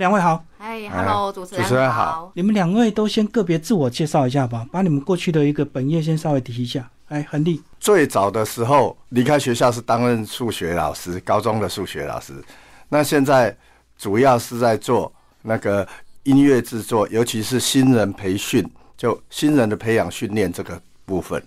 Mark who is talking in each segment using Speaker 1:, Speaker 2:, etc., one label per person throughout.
Speaker 1: 两位好，
Speaker 2: 哎，Hello，主持人
Speaker 3: 主持人
Speaker 2: 好
Speaker 3: 好。
Speaker 1: 你们两位都先个别自我介绍一下吧，把你们过去的一个本业先稍微提一下。哎，恒力，
Speaker 3: 最早的时候离开学校是担任数学老师，高中的数学老师。那现在主要是在做那个音乐制作，尤其是新人培训，就新人的培养训练这个部分。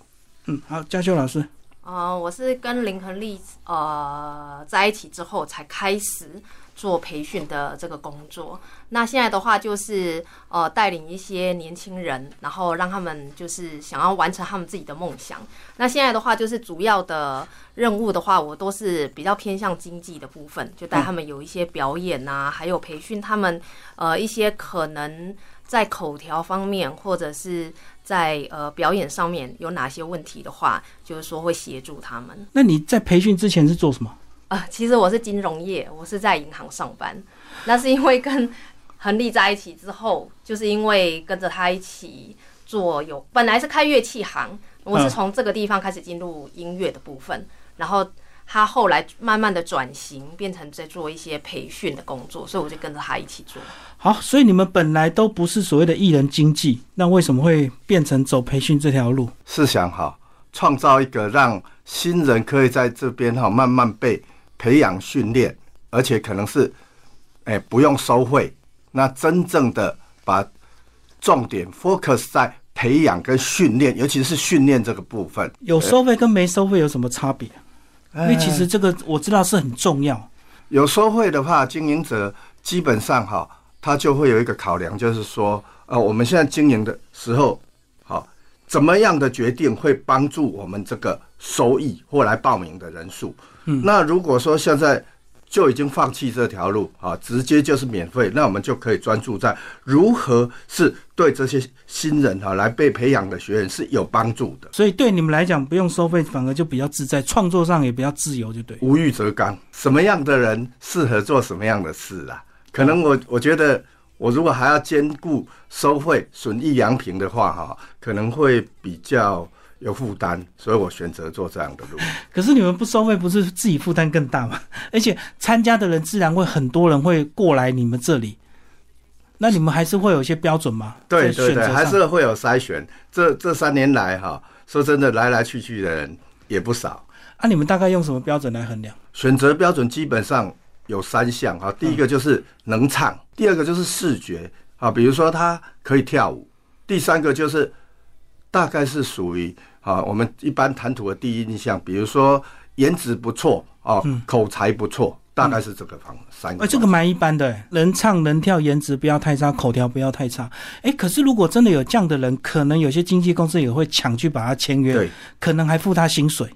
Speaker 1: 嗯，好，嘉秀老师，
Speaker 2: 呃，我是跟林恒利呃在一起之后才开始做培训的这个工作。那现在的话就是呃带领一些年轻人，然后让他们就是想要完成他们自己的梦想。那现在的话就是主要的任务的话，我都是比较偏向经济的部分，就
Speaker 3: 嗯
Speaker 2: 带他们有一些表演啊，还有培训他们呃一些可能在口条方面或者是。在呃表演上面有哪些问题的话，就是说会协助他们。
Speaker 1: 那你在培训之前是做什么？
Speaker 2: 啊、其实我是金融业，我是在银行上班，那是因为跟恒利在一起之后，就是因为跟着他一起做有，本来是开乐器行，我是从这个地方开始进入音乐的部分，然后他后来慢慢的转型，变成在做一些培训的工作，所以我就跟着他一起做。
Speaker 1: 好，所以你们本来都不是所谓的艺人经济，那为什么会变成走培训这条路？
Speaker 3: 是想哈，创造一个让新人可以在这边哈慢慢被培养训练，而且可能是，哎、不用收费，那真正的把重点 focus 在培养跟训练，尤其是训练这个部分。
Speaker 1: 有收费跟没收费有什么差别？因为其实这个我知道是很重要。
Speaker 3: 有收费的话，经营者基本上哈，他就会有一个考量，就是说，呃，我们现在经营的时候，好，怎么样的决定会帮助我们这个收益或来报名的人数？嗯，那如果说现在就已经放弃这条路啊，直接就是免费，那我们就可以专注在如何是对这些新人哈来被培养的学员是有帮助的，
Speaker 1: 所以对你们来讲，不用收费反而就比较自在，创作上也比较自由，就对。
Speaker 3: 无欲则刚，什么样的人适合做什么样的事啊？可能我我觉得，我如果还要兼顾收贿、损益扬平的话，哈，可能会比较有负担，所以我选择做这样的路。
Speaker 1: 可是你们不收费，不是自己负担更大吗？ 而且参加的人自然会很多人会过来你们这里，那你们还是会有一些标准吗？
Speaker 3: 对
Speaker 1: 在
Speaker 3: 对
Speaker 1: 选择
Speaker 3: 对，
Speaker 1: 上
Speaker 3: 还是会有筛选。这这三年来，哈，说真的，来来去去的人也不少。
Speaker 1: 啊，你们大概用什么标准来衡量？
Speaker 3: 选择标准基本上有三项
Speaker 1: 嗯
Speaker 3: 哈，第一个就是能唱，第二个就是视觉啊，比如说他可以跳舞，第三个就是大概是属于啊我们一般谈吐的第一印象，比如说颜值不错啊，口才不错，大概是这个方三
Speaker 1: 嗯哎，
Speaker 3: 个。
Speaker 1: 这个蛮一般的，人唱人跳，颜值不要太差，口条不要太差。哎，可是如果真的有这样的人，可能有些经纪公司也会抢去把他签约，
Speaker 3: 对，
Speaker 1: 可能还付他薪水，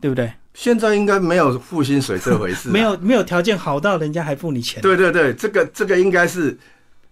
Speaker 1: 对不对？
Speaker 3: 现在应该没有付薪水这回事，啊
Speaker 1: 没。有没有条件好到人家还付你钱，
Speaker 3: 对对对，这个这个应该是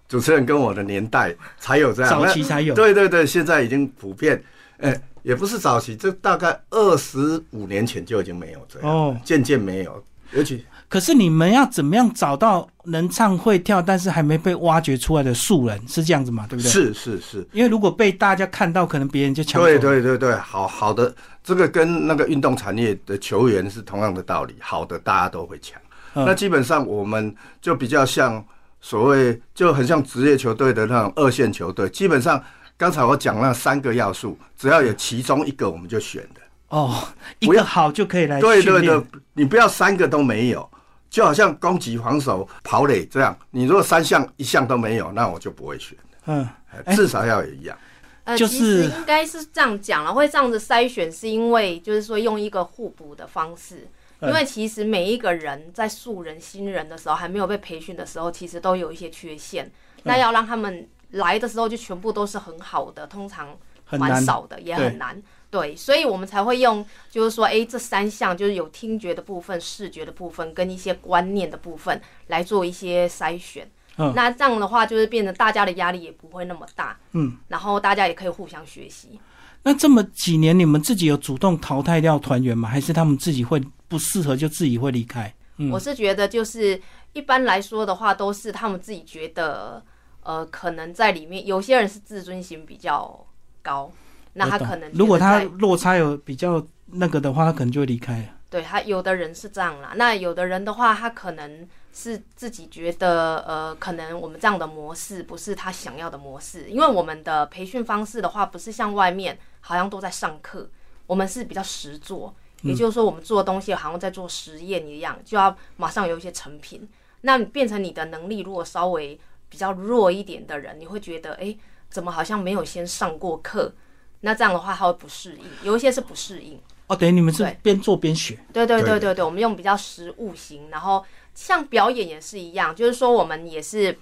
Speaker 3: 主持人跟我的年代才有这样，
Speaker 1: 早
Speaker 3: 那
Speaker 1: 期才有。
Speaker 3: 对对对，现在已经普遍，哎、也不是早期，这大概二十五年前就已经没有这样，
Speaker 1: 哦，
Speaker 3: 渐渐没有，尤其
Speaker 1: 可是你们要怎么样找到能唱会跳，但是还没被挖掘出来的素人，是这样子嘛？对不对？。
Speaker 3: 是是是，
Speaker 1: 因为如果被大家看到，可能别人就抢走。
Speaker 3: 对。对对对，好好的，这个跟那个运动产业的球员是同样的道理，好的大家都会抢，
Speaker 1: 嗯
Speaker 3: 那基本上我们就比较像所谓就很像职业球队的那种二线球队，基本上刚才我讲那三个要素，只要有其中一个我们就选的。
Speaker 1: 哦，一
Speaker 3: 不要
Speaker 1: 个好就可以来训
Speaker 3: 对
Speaker 1: 练。
Speaker 3: 对对，你不要三个都没有，就好像攻击、防守、跑垒这样，你如果三项一项都没有，那我就不会选，
Speaker 1: 嗯，哎
Speaker 3: 哎至少要有一样。
Speaker 2: 呃，
Speaker 1: 就
Speaker 2: 其
Speaker 1: 是
Speaker 2: 实应该是这样讲了，会这样子筛选，是因为就是说用一个互补的方式，
Speaker 1: 嗯
Speaker 2: 因为其实每一个人在素人、新人的时候，还没有被培训的时候，其实都有一些缺陷。
Speaker 1: 嗯
Speaker 2: 那要让他们来的时候就全部都是很好的，通常
Speaker 1: 很
Speaker 2: 蛮
Speaker 1: 难。
Speaker 2: 少的，也
Speaker 1: 对
Speaker 2: 很难。对，所以我们才会用，就是说，诶，这三项就是有听觉的部分、视觉的部分跟一些观念的部分来做一些筛选。
Speaker 1: 嗯
Speaker 2: 那这样的话，就是变得大家的压力也不会那么大。
Speaker 1: 嗯，
Speaker 2: 然后大家也可以互相学习。
Speaker 1: 那这么几年，你们自己有主动淘汰掉团员吗？还是他们自己会不适合就自己会离开？嗯
Speaker 2: 我是觉得，就是一般来说的话，都是他们自己觉得，呃，可能在里面有些人是自尊心比较高，那他
Speaker 1: 我懂
Speaker 2: 可能
Speaker 1: 如果
Speaker 2: 觉得
Speaker 1: 他
Speaker 2: 在
Speaker 1: 落差有比较那个的话，他可能就会离开了。
Speaker 2: 对他有的人是这样啦，那有的人的话，他可能是自己觉得呃，可能我们这样的模式不是他想要的模式，因为我们的培训方式的话，不是像外面好像都在上课，我们是比较实做，也就是说我们做的东西好像在做实验一样，就要马上有一些成品。那你变成你的能力如果稍微比较弱一点的人，你会觉得诶，怎么好像没有先上过课？那这样的话他会不适应，有一些是不适应。
Speaker 1: 哦，等于你们是
Speaker 2: 对
Speaker 1: 边做边学。
Speaker 2: 对对
Speaker 3: 对
Speaker 2: 对对对，我们用比较实物型，然后像表演也是一样，就是说我们也是，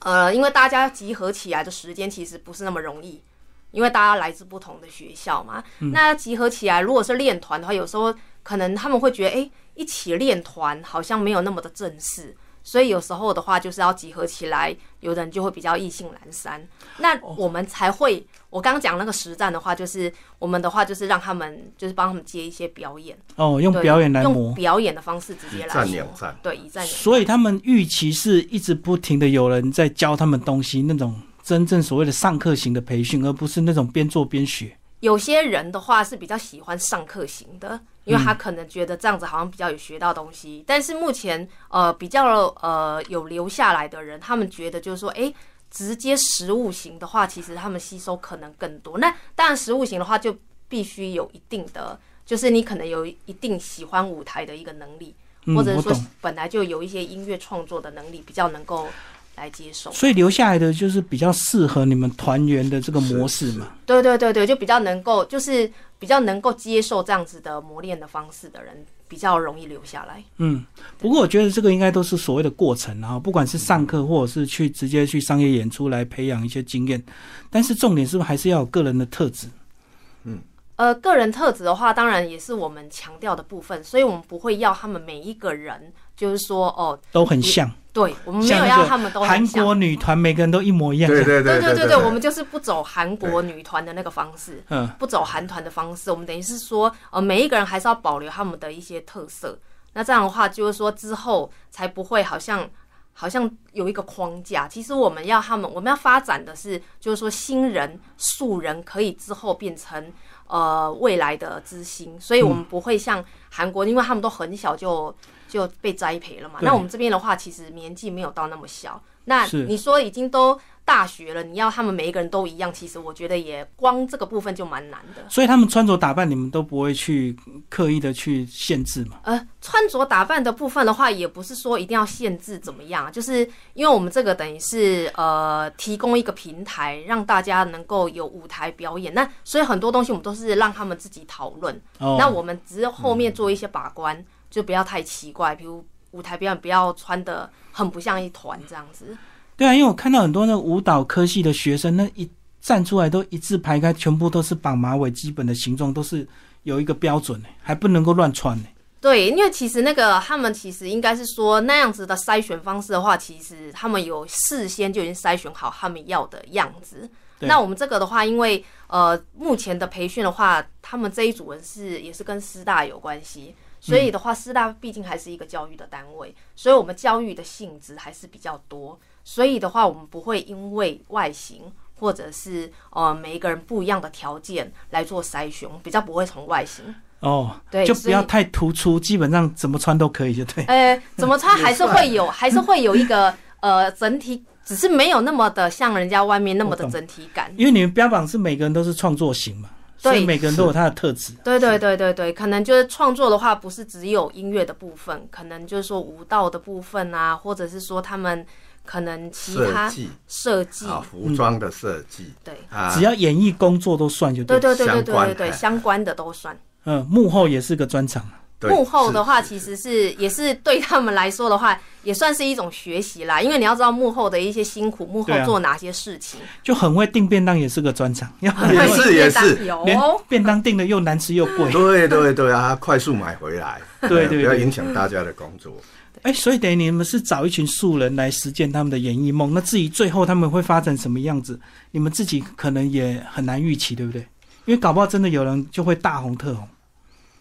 Speaker 2: 呃，因为大家集合起来的时间其实不是那么容易，因为大家来自不同的学校嘛。那集合起来，如果是练团的话，有时候可能他们会觉得，哎，一起练团好像没有那么的正式。所以有时候的话，就是要集合起来，有的人就会比较意兴阑珊。那我们才会，我刚刚讲那个实战的话，就是我们的话就是让他们，就是帮他们接一些表演。
Speaker 1: 哦，用
Speaker 2: 对
Speaker 1: 表演来
Speaker 2: 用
Speaker 1: 磨，
Speaker 2: 表演的方式直接来
Speaker 3: 一战
Speaker 2: 说
Speaker 3: 两战
Speaker 2: 对，一战两
Speaker 1: 所以他们预期是一直不停的有人在教他们东西，那种真正所谓的上课型的培训，而不是那种边做边学。
Speaker 2: 有些人的话是比较喜欢上课型的，因为他可能觉得这样子好像比较有学到东西。但是目前呃比较呃有留下来的人，他们觉得就是说，诶，直接实物型的话，其实他们吸收可能更多。那当然，实物型的话就必须有一定的，就是你可能有一定喜欢舞台的一个能力，
Speaker 1: 嗯，
Speaker 2: 或者
Speaker 1: 我
Speaker 2: 是说
Speaker 1: 懂。
Speaker 2: 本来就有一些音乐创作的能力，比较能够来接受。
Speaker 1: 所以留下来的就是比较适合你们团员的这个模式
Speaker 3: 是
Speaker 1: 嘛。
Speaker 2: 对对对对，就比较能够，就是比较能够接受这样子的磨练的方式的人，比较容易留下来。
Speaker 1: 嗯，不过我觉得这个应该都是所谓的过程啊，不管是上课或者是去直接去商业演出来培养一些经验，但是重点是不是还是要有个人的特质？
Speaker 2: 呃，个人特质的话，当然也是我们强调的部分，所以我们不会要他们每一个人，就是说哦，
Speaker 1: 都很像，
Speaker 2: 对我们没
Speaker 1: 像
Speaker 2: 有
Speaker 1: 那
Speaker 2: 要
Speaker 1: 个
Speaker 2: 他们都
Speaker 1: 韩
Speaker 2: 很像。
Speaker 1: 国女团每个人都一模一样。
Speaker 3: 对
Speaker 1: 这样
Speaker 3: 对
Speaker 2: 对
Speaker 3: 对
Speaker 2: 对
Speaker 3: 对
Speaker 2: 对对，我们就是不走韩国
Speaker 3: 对
Speaker 2: 女团的那个方式，
Speaker 1: 嗯，
Speaker 2: 不走韩团的方式，我们等于是说，呃，每一个人还是要保留他们的一些特色。那这样的话，就是说之后才不会好像好像有一个框架。其实我们要他们，我们要发展的是，就是说新人、素人可以之后变成呃未来的之星，所以我们不会像韩国，因为他们都很小就就被栽培了嘛。
Speaker 1: 对
Speaker 2: 那我们这边的话，其实年纪没有到那么小。那
Speaker 1: 是
Speaker 2: 你说已经都大学了，你要他们每一个人都一样，其实我觉得也光这个部分就蛮难的。
Speaker 1: 所以他们穿着打扮，你们都不会去刻意的去限制嘛？
Speaker 2: 呃，穿着打扮的部分的话，也不是说一定要限制怎么样，啊就是因为我们这个等于是呃提供一个平台，让大家能够有舞台表演。那所以很多东西我们都是让他们自己讨论，
Speaker 1: 哦，
Speaker 2: 那我们只是后面做一些把关，就不要太奇怪，比如舞台表演不要穿的很不像一团这样子。
Speaker 1: 对啊，因为我看到很多那舞蹈科系的学生，那一站出来都一字排开，全部都是绑马尾，基本的形状都是有一个标准的，还不能够乱穿欸呢。
Speaker 2: 对，因为其实那个他们其实应该是说那样子的筛选方式的话，其实他们有事先就已经筛选好他们要的样子。
Speaker 1: 对
Speaker 2: 那我们这个的话，因为呃目前的培训的话，他们这一组人是也是跟师大有关系，所以的话，师大毕竟还是一个教育的单位，所以我们教育的性质还是比较多。所以的话，我们不会因为外形或者是呃每一个人不一样的条件来做筛选，我们比较不会从外形。
Speaker 1: 哦，
Speaker 2: 对
Speaker 1: 就不要
Speaker 2: 所以
Speaker 1: 太突出，基本上怎么穿都可以，就对。
Speaker 2: 呃，怎么穿还是会有，还是会有一个呃整体，只是没有那么的像人家外面那么的整体感。
Speaker 3: 嗯
Speaker 1: 因为你们标榜是每个人都是创作型嘛，所以
Speaker 2: 对
Speaker 1: 每个人都有他的特质。
Speaker 2: 对对对对对，可能就是创作的话，不是只有音乐的部分，可能就是说舞蹈的部分啊，或者是说他们可能其
Speaker 3: 设
Speaker 2: 他
Speaker 3: 计
Speaker 2: 设计，
Speaker 3: 啊，服装的设计
Speaker 2: 对
Speaker 3: 啊
Speaker 1: 只，要演艺工作都算就
Speaker 2: 对
Speaker 1: 对。
Speaker 2: 对对对对
Speaker 3: 相关
Speaker 2: 对对，
Speaker 3: 哎
Speaker 2: 相关的都算。
Speaker 1: 嗯，幕后也是个专长。
Speaker 3: 对
Speaker 2: 幕后 的话，
Speaker 3: 是
Speaker 2: 其实是也是对他们来说的话，也算是一种学习啦。因为你要知道幕后的一些辛苦，幕后
Speaker 1: 对啊
Speaker 2: 做哪些事情，
Speaker 1: 就很会订便当也是个专长，要不
Speaker 3: 也
Speaker 1: 然
Speaker 3: 是也是
Speaker 2: 有
Speaker 1: 连
Speaker 2: 哦
Speaker 1: 便当订的又难吃又贵。
Speaker 3: 对对对啊，快速买回来，
Speaker 1: 对对
Speaker 3: 不要
Speaker 1: 对
Speaker 3: 影响大家的工作。
Speaker 1: 哎，所以等于你们是找一群素人来实践他们的演艺梦，那至于最后他们会发展什么样子，你们自己可能也很难预期，对不对？因为搞不好真的有人就会大红特红。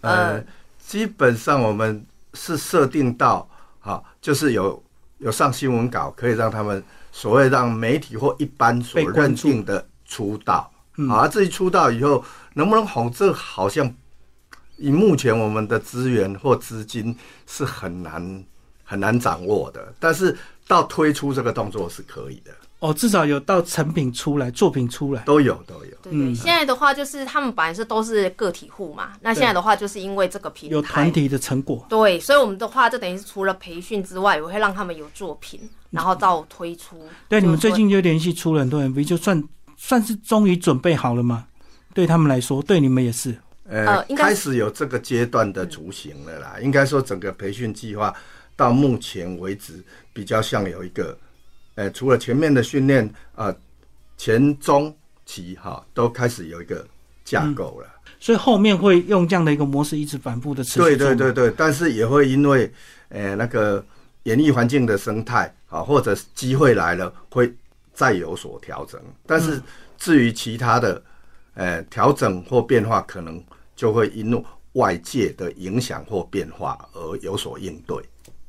Speaker 3: 呃
Speaker 2: 嗯，
Speaker 3: 基本上我们是设定到啊，就是有有上新闻稿，可以让他们所谓让媒体或一般所
Speaker 1: 被关
Speaker 3: 认
Speaker 1: 注
Speaker 3: 定的出道
Speaker 1: 嗯
Speaker 3: 啊，至于出道以后能不能红，这好像以目前我们的资源或资金是很难。很难掌握的，但是到推出这个动作是可以的，
Speaker 1: 哦，至少有到成品出来、作品出来。
Speaker 3: 都有都有。
Speaker 2: 对
Speaker 1: 嗯
Speaker 2: 对，现在的话就是他们本来是都是个体户嘛，那现在的话就是因为这个平台
Speaker 1: 有团体的成果，
Speaker 2: 对，所以我们的话，这等于是除了培训之外，也会让他们有作品，然后到推出。
Speaker 1: 对你们
Speaker 2: 就是
Speaker 1: 最
Speaker 2: 说
Speaker 1: 近就连续出了很多 MV，就算算是终于准备好了吗？对他们来说，对你们也是。
Speaker 3: 呃
Speaker 2: 呃，应该
Speaker 3: 开始有这个阶段的雏形了啦。应该说，整个培训计划到目前为止，比较像有一个，呃，除了前面的训练，呃，前中期哈都开始有一个架构了。
Speaker 1: 所以后面会用这样的一个模式一直反复的持续
Speaker 3: 对
Speaker 1: 做
Speaker 3: 对
Speaker 1: 吗
Speaker 3: 对对，但是也会因为，呃，那个演艺环境的生态啊，或者机会来了，会再有所调整。但
Speaker 1: 嗯
Speaker 3: 是至于其他的，呃，调整或变化，可能就会因为外界的影响或变化而有所应对。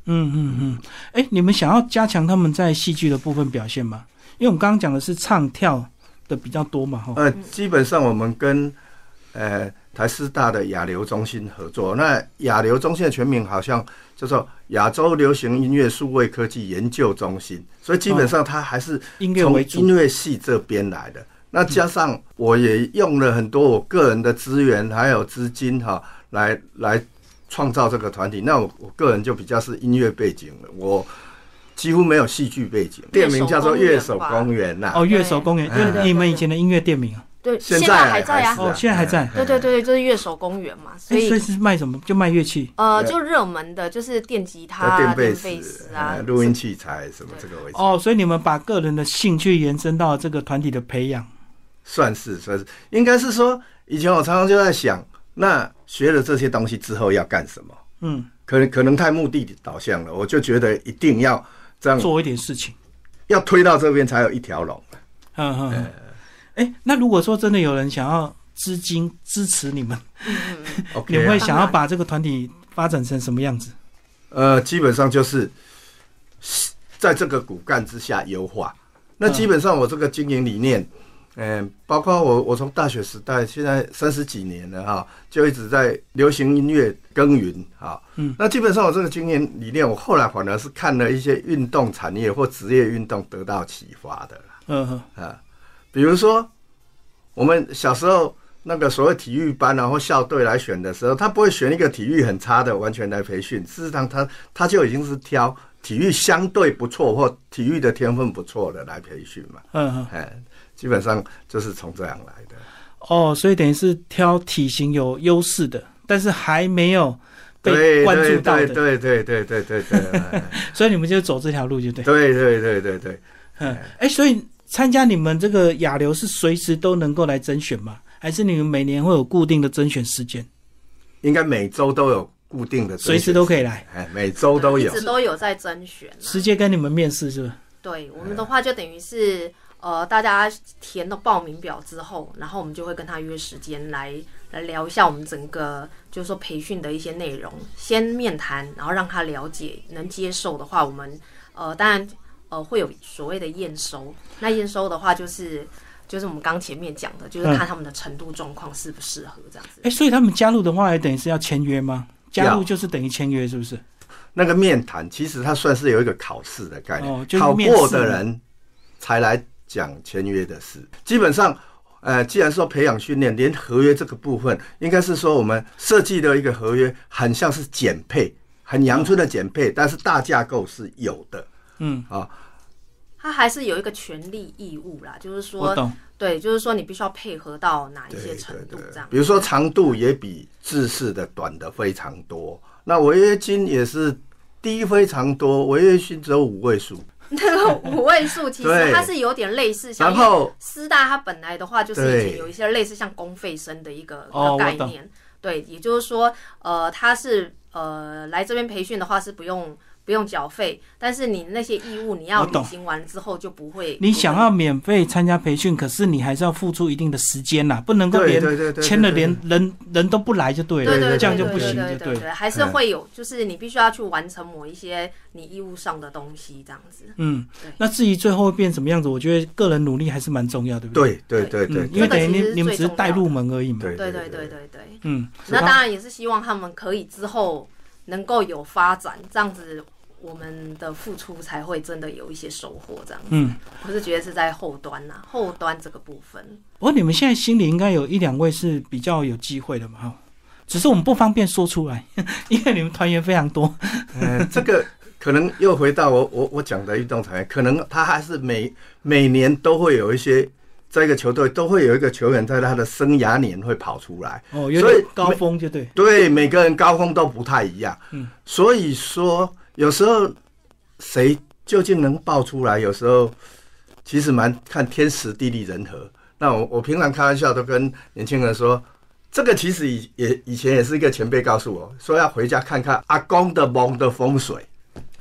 Speaker 1: 嗯嗯嗯，哎、你们想要加强他们在戏剧的部分表现吗？因为我们刚刚讲的是唱跳的比较多嘛，哈。
Speaker 3: 呃，基本上我们跟呃台师大的亚流中心合作，那亚流中心的全名好像叫做亚洲流行音乐数位科技研究中心，所以基本上它还是
Speaker 1: 音乐
Speaker 3: 从
Speaker 1: 为主
Speaker 3: 音乐系这边来的。那加上我也用了很多我个人的资源还有资金哈、来来创造这个团体。那我我个人就比较是音乐背景了，我几乎没有戏剧背景。
Speaker 2: 乐手
Speaker 3: 店名叫做
Speaker 2: 公园
Speaker 3: 乐手
Speaker 2: 吧
Speaker 3: 啊公园呐、
Speaker 1: 哦，乐手公园，
Speaker 3: 对
Speaker 1: 因为你们以前的音乐店名啊，
Speaker 2: 对，
Speaker 3: 现
Speaker 2: 在
Speaker 3: 在
Speaker 2: 还在啊
Speaker 3: 还是。哎
Speaker 1: 哦，现在还在。
Speaker 2: 对对对，就是乐手公园嘛，所
Speaker 1: 哎、所以
Speaker 2: 以。
Speaker 1: 是卖什么？就卖乐器。
Speaker 2: 呃，
Speaker 3: 对
Speaker 2: 就热门的就是电吉他
Speaker 3: 啊，
Speaker 2: 啊、
Speaker 3: 垫
Speaker 2: 电
Speaker 3: 贝
Speaker 2: 贝
Speaker 3: 斯
Speaker 2: 斯啊
Speaker 3: 呃，录音器材什么这个为主，
Speaker 1: 哦，所以你们把个人的兴趣延伸到这个团体的培养。
Speaker 3: 算是算是，应该是说，以前我常常就在想，那学了这些东西之后要干什么？
Speaker 1: 嗯，
Speaker 3: 可能可能太目的导向了，我就觉得一定要这样，
Speaker 1: 做一点事情。
Speaker 3: 要推到这边才有一条龙。
Speaker 1: 嗯嗯。嗯哎、那如果说真的有人想要资金支持你们，你
Speaker 3: OK，
Speaker 1: 们会
Speaker 3: 啊
Speaker 1: 想要把这个团体发展成什么样子？
Speaker 3: 呃，基本上就是在这个骨干之下优化。那基本上我这个经营理念，嗯、包括我我从大学时代现在三十几年了哈、就一直在流行音乐耕耘啊。
Speaker 1: 嗯，
Speaker 3: 那基本上我这个经营理念，我后来反而是看了一些运动产业或职业运动得到启发的啦
Speaker 1: 嗯嗯
Speaker 3: 啊，比如说我们小时候。那个所谓体育班啊或校队来选的时候，他不会选一个体育很差的完全来培训。事实上他，他就已经是挑体育相对不错或体育的天分不错的来培训嘛。
Speaker 1: 嗯嗯。
Speaker 3: 哎，基本上就是从这样来的。
Speaker 1: 哦，所以等于是挑体型有优势的，但是还没有被
Speaker 3: 对
Speaker 1: 关注到
Speaker 3: 对
Speaker 1: 的，
Speaker 3: 对对对对对对对哎
Speaker 1: 所以你们就走这条路就对。
Speaker 3: 对对对对对，
Speaker 1: 嗯，哎，所以参加你们这个亚流是随时都能够来甄选吗？还是你们每年会有固定的甄选时间，
Speaker 3: 应该每周都有固定的，
Speaker 1: 随时都可以来，
Speaker 3: 哎，每周都
Speaker 2: 一
Speaker 3: 有
Speaker 2: 直。都有在甄选啊。
Speaker 1: 直接跟你们面试是吧？
Speaker 2: 对
Speaker 3: 哎
Speaker 2: 我们的话，就等于是呃，大家填了报名表之后，然后我们就会跟他约时间来来聊一下我们整个就是说培训的一些内容，先面谈，然后让他了解，能接受的话，我们呃当然呃会有所谓的验收。那验收的话，就是就是我们刚前面讲的，就是看他们的程度状况适不适合这样子。
Speaker 1: 哎，所以他们加入的话，也等于是要签约吗？加入
Speaker 3: 要
Speaker 1: 就是等于签约，是不是？
Speaker 3: 那个面谈其实它算是有一个考试的概念，
Speaker 1: 哦就是
Speaker 3: 考
Speaker 1: 面试
Speaker 3: 过的人才来讲签约的事。基本上，呃，既然说培养训练，连合约这个部分，应该是说我们设计的一个合约，很像是减配，很阳春的减配，但是大架构是有的
Speaker 1: 嗯，
Speaker 3: 啊。
Speaker 2: 他还是有一个权利义务啦，就是
Speaker 1: 我
Speaker 2: 说，
Speaker 1: 懂。
Speaker 2: 对，就是说你必须要配合到哪一
Speaker 3: 对
Speaker 2: 些
Speaker 3: 对
Speaker 2: 程度
Speaker 3: 对
Speaker 2: 这样。
Speaker 3: 比如说长度也比制式的短的非常多，那违约金也是低非常多，违约金只有五位数。
Speaker 2: 那个 五位数其实
Speaker 3: 对
Speaker 2: 它是有点类似像，
Speaker 3: 然后
Speaker 2: 师大它本来的话就是以前
Speaker 3: 对
Speaker 2: 有一些类似像公费生的一个
Speaker 1: 哦
Speaker 2: 一个概
Speaker 1: 我懂
Speaker 2: 念，对，也就是说，呃，它是呃来这边培训的话是不用不用缴费，但是你那些义务你要
Speaker 1: 我懂
Speaker 2: 履行完之后就不会。
Speaker 1: 你想要免费参加培训，可是你还是要付出一定的时间呐，不能够
Speaker 3: 对
Speaker 1: 连
Speaker 3: 对对对，
Speaker 1: 签了
Speaker 3: 对对
Speaker 1: 连人人都不来就对
Speaker 2: 对
Speaker 1: 了，
Speaker 2: 对对，
Speaker 1: 这样就
Speaker 2: 对
Speaker 1: 不
Speaker 2: 对
Speaker 1: 行，
Speaker 2: 对
Speaker 1: 就对嗯
Speaker 2: 对
Speaker 1: 了。
Speaker 2: 对，还是会有，就是你必须要去完成某一些你义务上的东西，这样子。
Speaker 1: 嗯
Speaker 2: 对，
Speaker 1: 那至于最后会变什么样子，我觉得个人努力还是蛮重要，对不对？
Speaker 3: 对对对对
Speaker 1: 嗯，因为等于
Speaker 2: 这个其实是
Speaker 1: 你你们只是
Speaker 2: 最重要的
Speaker 1: 带入门而已嘛。
Speaker 3: 对
Speaker 2: 对对对对对。
Speaker 1: 嗯，
Speaker 2: 那当然也是希望他们可以之后能够有发展，这样子我们的付出才会真的有一些收获。这样，
Speaker 1: 嗯，
Speaker 2: 我是觉得是在后端呐、后端这个部分。
Speaker 1: 不过你们现在心里应该有一两位是比较有机会的嘛，哈，只是我们不方便说出来， 因为你们团员非常多。
Speaker 3: 嗯，这个可能又回到我我我讲的运动产业，可能他还是每每年都会有一些，在一个球队都会有一个球员在他的生涯年会跑出来。
Speaker 1: 哦，有
Speaker 3: 所以
Speaker 1: 点高峰就对，
Speaker 3: 对，每个人高峰都不太一样。
Speaker 1: 嗯，
Speaker 3: 所以说有时候谁究竟能爆出来，有时候其实蛮看天时地利人和。那我我平常开玩笑都跟年轻人说，这个其实以也以前也是一个前辈告诉我说要回家看看阿公的梦的风水。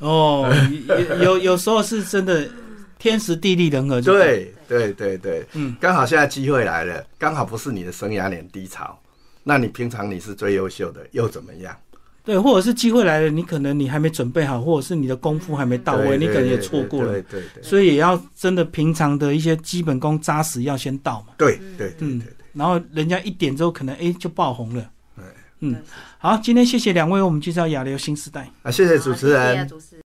Speaker 1: 哦，有有有时候是真的天时地利人和就，
Speaker 3: 对对对对，
Speaker 1: 嗯，
Speaker 3: 刚好现在机会来了，刚好不是你的生涯年低潮，那你平常你是最优秀的，又怎么样？
Speaker 1: 对，或者是机会来了，你可能你还没准备好，或者是你的功夫还没到位，
Speaker 3: 对
Speaker 1: 你
Speaker 3: 对
Speaker 1: 可能也
Speaker 3: 对
Speaker 1: 错过了。
Speaker 3: 对对对
Speaker 1: 所以也要真的平常的一些基本功扎实要先到嘛，
Speaker 3: 对对对对
Speaker 1: 嗯
Speaker 3: 对，
Speaker 1: 然后人家一点之后可能哎、就爆红了
Speaker 3: 对。
Speaker 1: 嗯，好，今天谢谢两位，我们介绍亚流新时代。
Speaker 3: 啊，谢谢主持
Speaker 2: 好谢
Speaker 3: 人
Speaker 2: 谢。主持人。